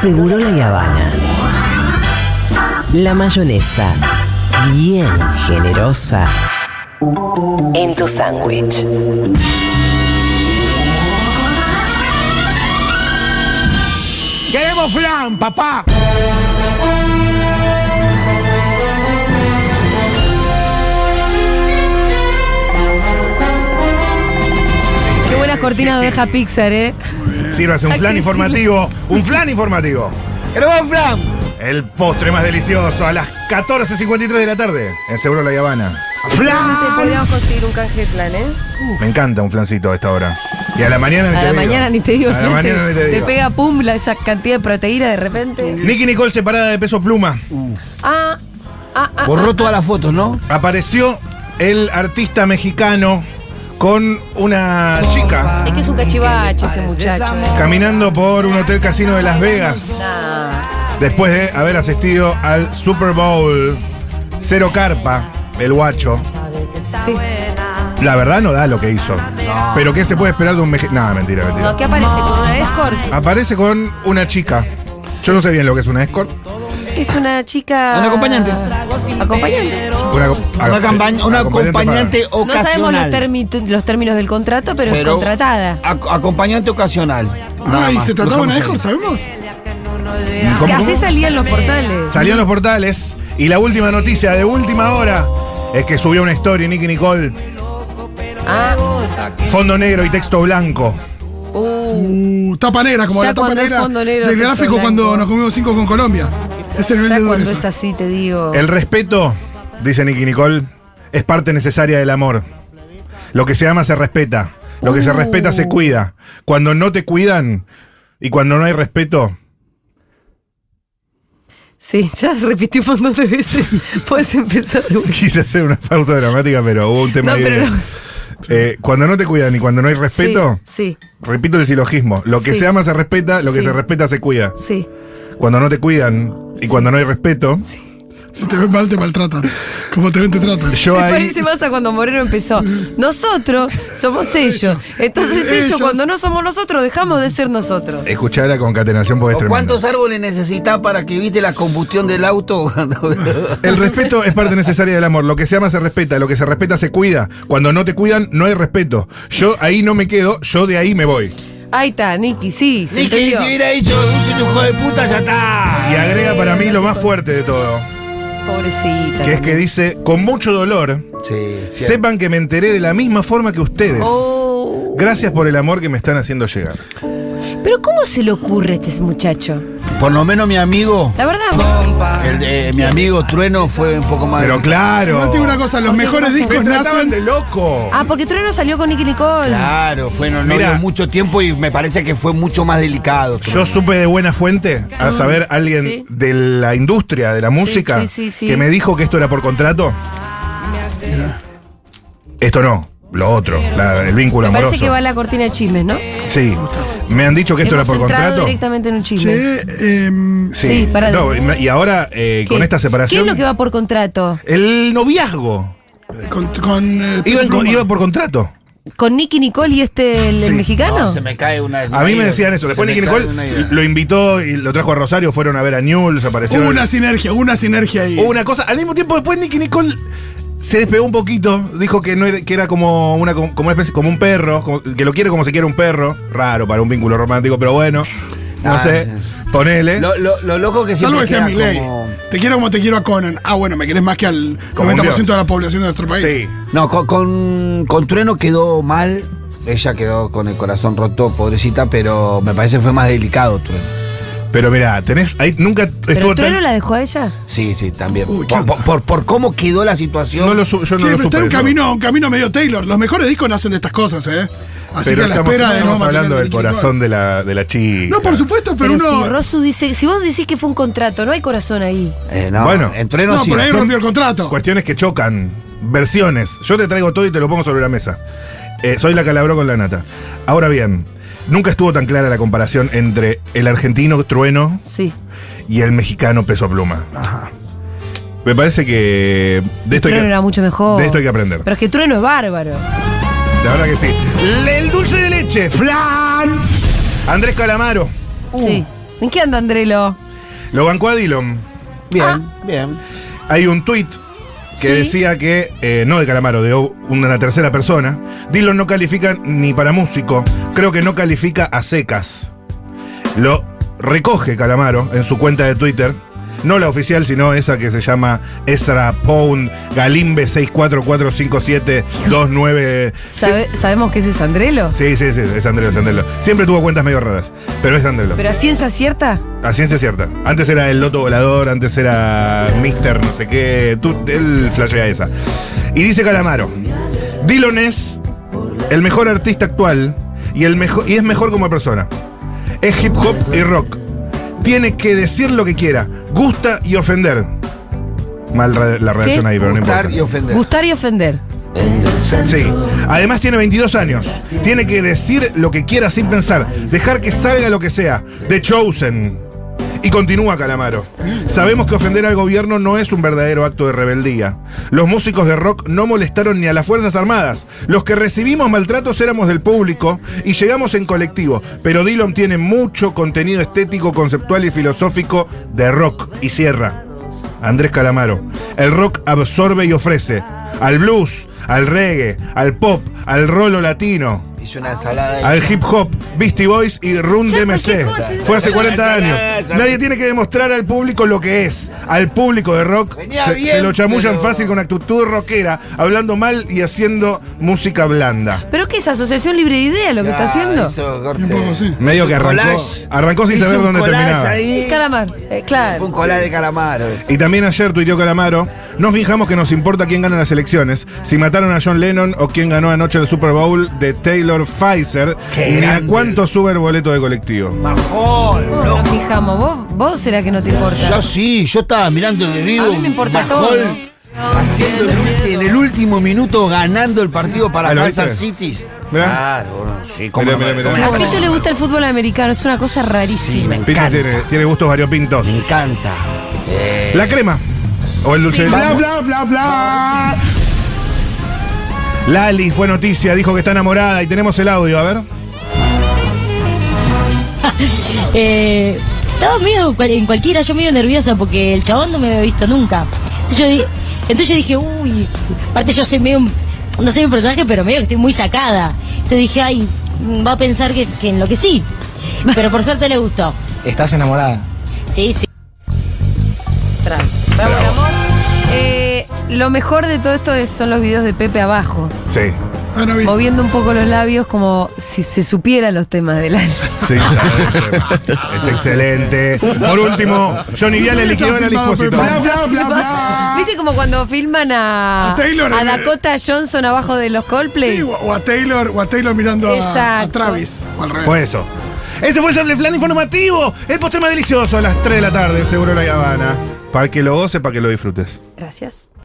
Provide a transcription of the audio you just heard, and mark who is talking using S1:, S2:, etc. S1: Seguro la Habana. La mayonesa, bien generosa, en tu sándwich.
S2: Queremos flan, papá.
S3: Qué buenas cortinas nos deja Pixar, ¿eh?
S2: Sírvase un
S3: Hay
S2: flan
S3: que decirlo.
S2: informativo. Un flan informativo.
S4: Queremos flan.
S2: El postre más delicioso a las 14.53 de la tarde en Seguro La Habana. ¡Flan!
S3: Podríamos conseguir un canje de flan, ¿eh?
S2: Me encanta un flancito a esta hora. Y a la mañana ni
S3: A
S2: te
S3: la
S2: digo.
S3: mañana ni te digo,
S2: A la
S3: flan,
S2: mañana ni te digo.
S3: pega pum la- esa cantidad de proteína de repente.
S2: Nicky Nicole separada de peso pluma.
S3: Ah, ah, ah.
S4: Borró todas las fotos, ¿no?
S2: Apareció el artista mexicano con una chica
S3: Es que es un cachivache ese muchacho. ¿eh?
S2: caminando por un hotel casino de Las Vegas.
S3: Nah.
S2: Después de haber asistido al Super Bowl, cero carpa, el guacho.
S3: Sí.
S2: La verdad no da lo que hizo. Pero ¿qué se puede esperar de un mexicano? Nada, mentira, mentira.
S3: No, ¿qué aparece con una escort?
S2: Aparece con una chica. Yo no sé bien lo que es una escort.
S3: Es una chica.
S4: Un acompañante.
S3: Acompañante.
S2: Una,
S4: Una,
S2: a-
S4: campaña- una
S2: acompañante
S4: acompañante
S3: No sabemos los,
S4: ocasional.
S3: termi- los términos del contrato, pero, es
S4: Pero-
S3: contratada.
S4: Ac- acompañante ocasional. Nada
S5: Ah, y
S4: más.
S5: se trataba de una
S4: Dejamos
S5: escort,
S4: ahí.
S5: ¿sabemos?
S2: para- ¿Cómo?
S3: Así salían los portales.
S2: Salió en los portales y la última noticia de última hora es que subió una historia Nicky Nicole.
S3: Ah,
S2: Fondo negro y texto blanco.
S3: uh,
S5: Uh, tapa negra, como
S3: Ya
S5: la tapa
S3: cuando es
S5: negra
S3: fondo negro,
S5: del
S3: texto
S5: gráfico
S3: blanco.
S5: cuando nos comimos cinco con Colombia. Ese nivel
S3: ya
S5: de
S3: cuando es
S5: dureza.
S3: así te digo.
S2: El respeto, dice Nicky Nicole, es parte necesaria del amor. Lo que se ama se respeta. Lo que se
S3: Uh.
S2: respeta se cuida. Cuando no te cuidan y cuando no hay respeto,
S3: Sí, ya repetí un montón de veces. Puedes empezar de vuelta.
S2: quise hacer una pausa dramática, pero hubo un tema
S3: No,
S2: ahí de-
S3: pero no.
S2: Eh, cuando no te cuidan y cuando no hay respeto,
S3: Sí,
S2: repito el silogismo. Lo que
S3: Sí.
S2: se ama se respeta, lo que
S3: Sí.
S2: se respeta se cuida.
S3: sí,
S2: Cuando no te cuidan y cuando no hay respeto,
S5: Si te ven mal, te maltratan. Como te ven, te tratan.
S2: yo
S3: Se
S2: ahí.
S3: parece más a cuando Moreno empezó. Nosotros somos ellos. Entonces ellos,
S5: Ellos.
S3: cuando no somos nosotros, dejamos de ser nosotros.
S2: Escuchar la concatenación este porque es
S4: ¿O
S2: tremendo.
S4: ¿Cuántos árboles necesitas para que evite la combustión del auto?
S2: El respeto es parte necesaria del amor. Lo que se ama se respeta, lo que se respeta se cuida. Cuando no te cuidan, no hay respeto. Yo ahí no me quedo, yo de ahí me voy.
S3: Ahí está, Nicky, sí. se
S4: Nicky,
S3: entendió.
S4: si hubiera dicho, un señor hijo de puta, ya está.
S2: Y agrega para mí lo más fuerte de todo,
S3: Pobrecita.
S2: que es que dice, con mucho dolor,
S4: Sí, sí.
S2: sepan que me enteré de la misma forma que ustedes.
S3: Oh.
S2: Gracias por el amor que me están haciendo llegar.
S3: Pero ¿cómo se le ocurre a este muchacho?
S4: Por lo menos mi amigo,
S3: La verdad,
S4: el de- mi amigo Trueno fue un poco más.
S2: Pero claro.
S5: No te digo una cosa, los
S3: Porque
S5: mejores
S3: no
S2: Me
S5: discos
S2: trataban
S5: nacen.
S2: de loco.
S3: Ah, porque Trueno salió con Nicky Nicole.
S4: Claro, fue no, no
S2: Mira.
S4: dio mucho tiempo y me parece que fue mucho más delicado.
S2: Yo supe de buena fuente, a saber, alguien
S3: Ah, Sí.
S2: de la industria, de la música,
S3: sí, sí, sí.
S2: que me dijo que esto era por contrato. Esto no, lo otro, la- el vínculo
S3: Me parece
S2: amoroso.
S3: que va la cortina de chismes, ¿no?
S2: Sí, me han dicho que esto
S3: Hemos
S2: era por
S3: entrado
S2: contrato.
S3: directamente en un chisme.
S5: Che, em,
S3: Sí, pará.
S2: No, y- y ahora, eh,
S3: ¿Qué?
S2: con esta separación.
S3: ¿Qué es lo que va por contrato?
S2: El noviazgo.
S5: con. con, eh,
S2: Iba, en-
S5: Pluma.
S2: iba por contrato.
S3: ¿Con Nicky Nicole y este, el, el
S2: Sí.
S3: mexicano?
S4: No, se me cae una
S2: A mí me decían
S4: se
S2: eso. Después
S4: me
S2: Nicky
S4: cae
S2: Nicole
S4: una idea.
S2: lo invitó y lo trajo a Rosario, fueron a ver a Newell's, apareció.
S5: Hubo una sinergia, hubo una sinergia ahí.
S2: Hubo una cosa. Al mismo tiempo, después Nicky Nicole se despegó un poquito. Dijo que no era, que era como una como una especie, como un perro, como- que lo quiere como se quiere un perro. Raro para un vínculo romántico, pero bueno. No
S4: Ah,
S2: sé.
S4: sí.
S2: Ponele.
S4: Lo, lo- lo loco que siempre
S5: Salvo que sea
S4: queda
S5: mi ley.
S4: como-
S5: Te quiero como te quiero a Conan. Ah, bueno, me querés más que al
S2: Como un
S5: 90% de
S2: dios.
S5: la población de nuestro país.
S2: sí.
S4: No, con, con, con Trueno quedó mal. Ella quedó con el corazón roto, pobrecita, pero me parece que fue más delicado Trueno.
S2: Pero mira, tenés. Ahí nunca
S3: ¿Pero
S2: estuvo
S3: Trueno
S2: tan-
S3: la dejó a ella?
S4: Sí, sí, también.
S5: Uy, qué
S4: por, por- por- por cómo quedó la situación.
S2: No lo su- yo no
S5: Che,
S2: lo
S5: pero
S2: supe.
S5: está en un
S2: eso.
S5: camino, un camino medio Taylor. Los mejores discos nacen de estas cosas, ¿eh? Así
S2: pero
S5: que a la
S2: estamos,
S5: espera de
S2: estamos
S5: no material
S2: hablando
S5: de
S2: del
S5: Nicky Nicole.
S2: corazón de la, de la chica.
S5: No, por supuesto, pero,
S3: Pero, si
S5: uno.
S3: Rosu dice, si vos decís que fue un contrato, no hay corazón ahí.
S4: Eh, no,
S2: Bueno.
S4: en Trueno
S5: no,
S4: sí.
S5: por ahí
S2: son-
S5: rompió el contrato.
S2: Cuestiones que chocan. Versiones. Yo te traigo todo y te lo pongo sobre la mesa. Eh, soy la calabro con la nata. Ahora bien, nunca estuvo tan clara la comparación entre el argentino trueno
S3: Sí.
S2: y el mexicano peso pluma. Me parece que de esto, hay
S3: Trueno
S2: que,
S3: era mucho mejor.
S2: de esto hay que aprender.
S3: Pero es que Trueno es bárbaro.
S2: La verdad que sí. Le- El dulce de leche, flan. Andrés Calamaro.
S3: Sí. ¿En qué anda Andrelo?
S2: Lo bancó a Dillon.
S4: Bien, bien.
S3: Ah.
S2: Hay un tuit que
S3: Sí.
S2: decía que, eh, no de Calamaro, de o- una tercera persona, Dillon no califica ni para músico, creo que no califica a secas. Lo recoge Calamaro en su cuenta de Twitter, no la oficial, sino esa que se llama Ezra Pound Galimbe 6445729.
S3: Sabe- ¿Sabemos qué es Andrelo?
S2: Sí, sí, sí, es Andrelo, es Andrelo. Siempre tuvo cuentas medio raras, pero es Andrelo.
S3: ¿Pero a ciencia cierta?
S2: A ciencia cierta. Antes era el Loto Volador, antes era Mister no sé qué. Tú, él flashea esa. Y dice Calamaro: Dillon es el mejor artista actual y, el mejo- y es mejor como persona. Es hip hop y rock. Tiene que decir lo que quiera. Gusta y ofender. Mal re- la reacción
S3: ¿Qué?
S2: ahí, pero no importa.
S4: Gustar y ofender.
S3: Gustar y ofender.
S2: Sí. Además tiene 22 años. Tiene que decir lo que quiera sin pensar. Dejar que salga lo que sea. The Chosen. Y continúa Calamaro. Sabemos que ofender al gobierno no es un verdadero acto de rebeldía. Los músicos de rock no molestaron ni a las Fuerzas Armadas. Los que recibimos maltratos éramos del público y llegamos en colectivo. Pero Dillon tiene mucho contenido estético, conceptual y filosófico de rock. Y cierra. Andrés Calamaro. El rock absorbe y ofrece. Al blues, al reggae, al pop, al rolo latino,
S4: Hice una ensalada. y-
S2: al hip hop, Beastie Boys y Run
S3: Ya,
S2: DMC.
S3: cualquier cosa.
S2: Fue hace 40 años.
S4: Ya.
S2: Nadie tiene que demostrar al público lo que es. Al público de rock
S4: Venía
S2: se,
S4: bien,
S2: se lo chamullan
S4: pero-
S2: fácil con actitud rockera, hablando mal y haciendo música blanda.
S3: ¿Pero qué es Asociación Libre de Ideas lo que está
S4: Ya,
S3: haciendo?
S4: hizo corte.
S5: Un poco, sí.
S4: Hizo
S2: Medio que
S4: un
S2: arrancó-
S4: collage.
S2: arrancó sin
S4: Hizo
S2: saber
S4: un
S2: dónde
S4: collage
S2: terminaba.
S4: ahí.
S3: Calamar, eh,
S4: Fue un
S3: claro.
S4: collage de este. calamaros.
S2: Y también ayer tuiteó Calamaro, nos fijamos que nos importa quién gana las elecciones, si mataron a John Lennon o quién ganó anoche el Super Bowl de Taylor Pfizer,
S4: Qué
S2: ni a
S4: grande.
S2: cuánto sube el boleto de colectivo.
S4: Majón,
S3: ¿Cómo nos
S4: loco.
S3: fijamos? ¿Vos, ¿Vos será que no te importa?
S6: Yo sí, yo estaba mirando de vivo.
S3: A mí me importa
S6: Majol
S3: todo.
S4: Haciendo el ulti- en el último minuto ganando el partido para
S2: Ah, ¿lo
S4: Kansas
S2: viste?
S4: City.
S2: Mirá.
S4: Claro, bueno, sí, cómo
S2: Mirá,
S4: no,
S2: mirá,
S4: cómo
S2: mirá.
S3: A
S4: no.
S3: Fito le gusta el fútbol americano, es una cosa rarísima.
S2: Pinta tiene, tiene gustos variopintos.
S4: Me encanta. Eh,
S2: La crema. O el dulce de
S3: Sí,
S2: leche.
S3: vamos.
S4: bla, bla, bla.
S2: Lali fue noticia, dijo que está enamorada y tenemos el audio, a ver.
S7: Eh, estaba medio cual- en cualquiera, yo medio nerviosa porque el chabón no me había visto nunca. Entonces yo, di- entonces yo dije, uy, aparte yo soy medio, un- no soy un personaje, pero medio que estoy muy sacada. Entonces dije, ay, va a pensar que, que enloquecí. Pero por suerte le gustó.
S6: Estás enamorada.
S7: Sí, sí.
S3: Bravo, bravo, el amor. Eh, lo mejor de todo esto es- son los videos de Pepe abajo,
S2: Sí.
S5: Ah, no vi.
S3: moviendo un poco los labios como si se supieran los temas del año.
S2: Sí, sabe, es excelente. Por último, Johnny Viale liquidó el dispositivo.
S5: Bla,
S3: ¿Viste como cuando filman a,
S5: Ah, A Taylor
S3: a
S5: en el-
S3: Dakota Johnson abajo de los Coldplay?
S5: Sí, o- o a Taylor, o a Taylor mirando a,
S3: Exacto.
S5: a Travis. O al revés.
S2: Fue eso. Ese fue el plan informativo. El postre más delicioso a las 3 de la tarde, seguro la Habana. Para que lo goce, para que lo disfrutes.
S3: Gracias.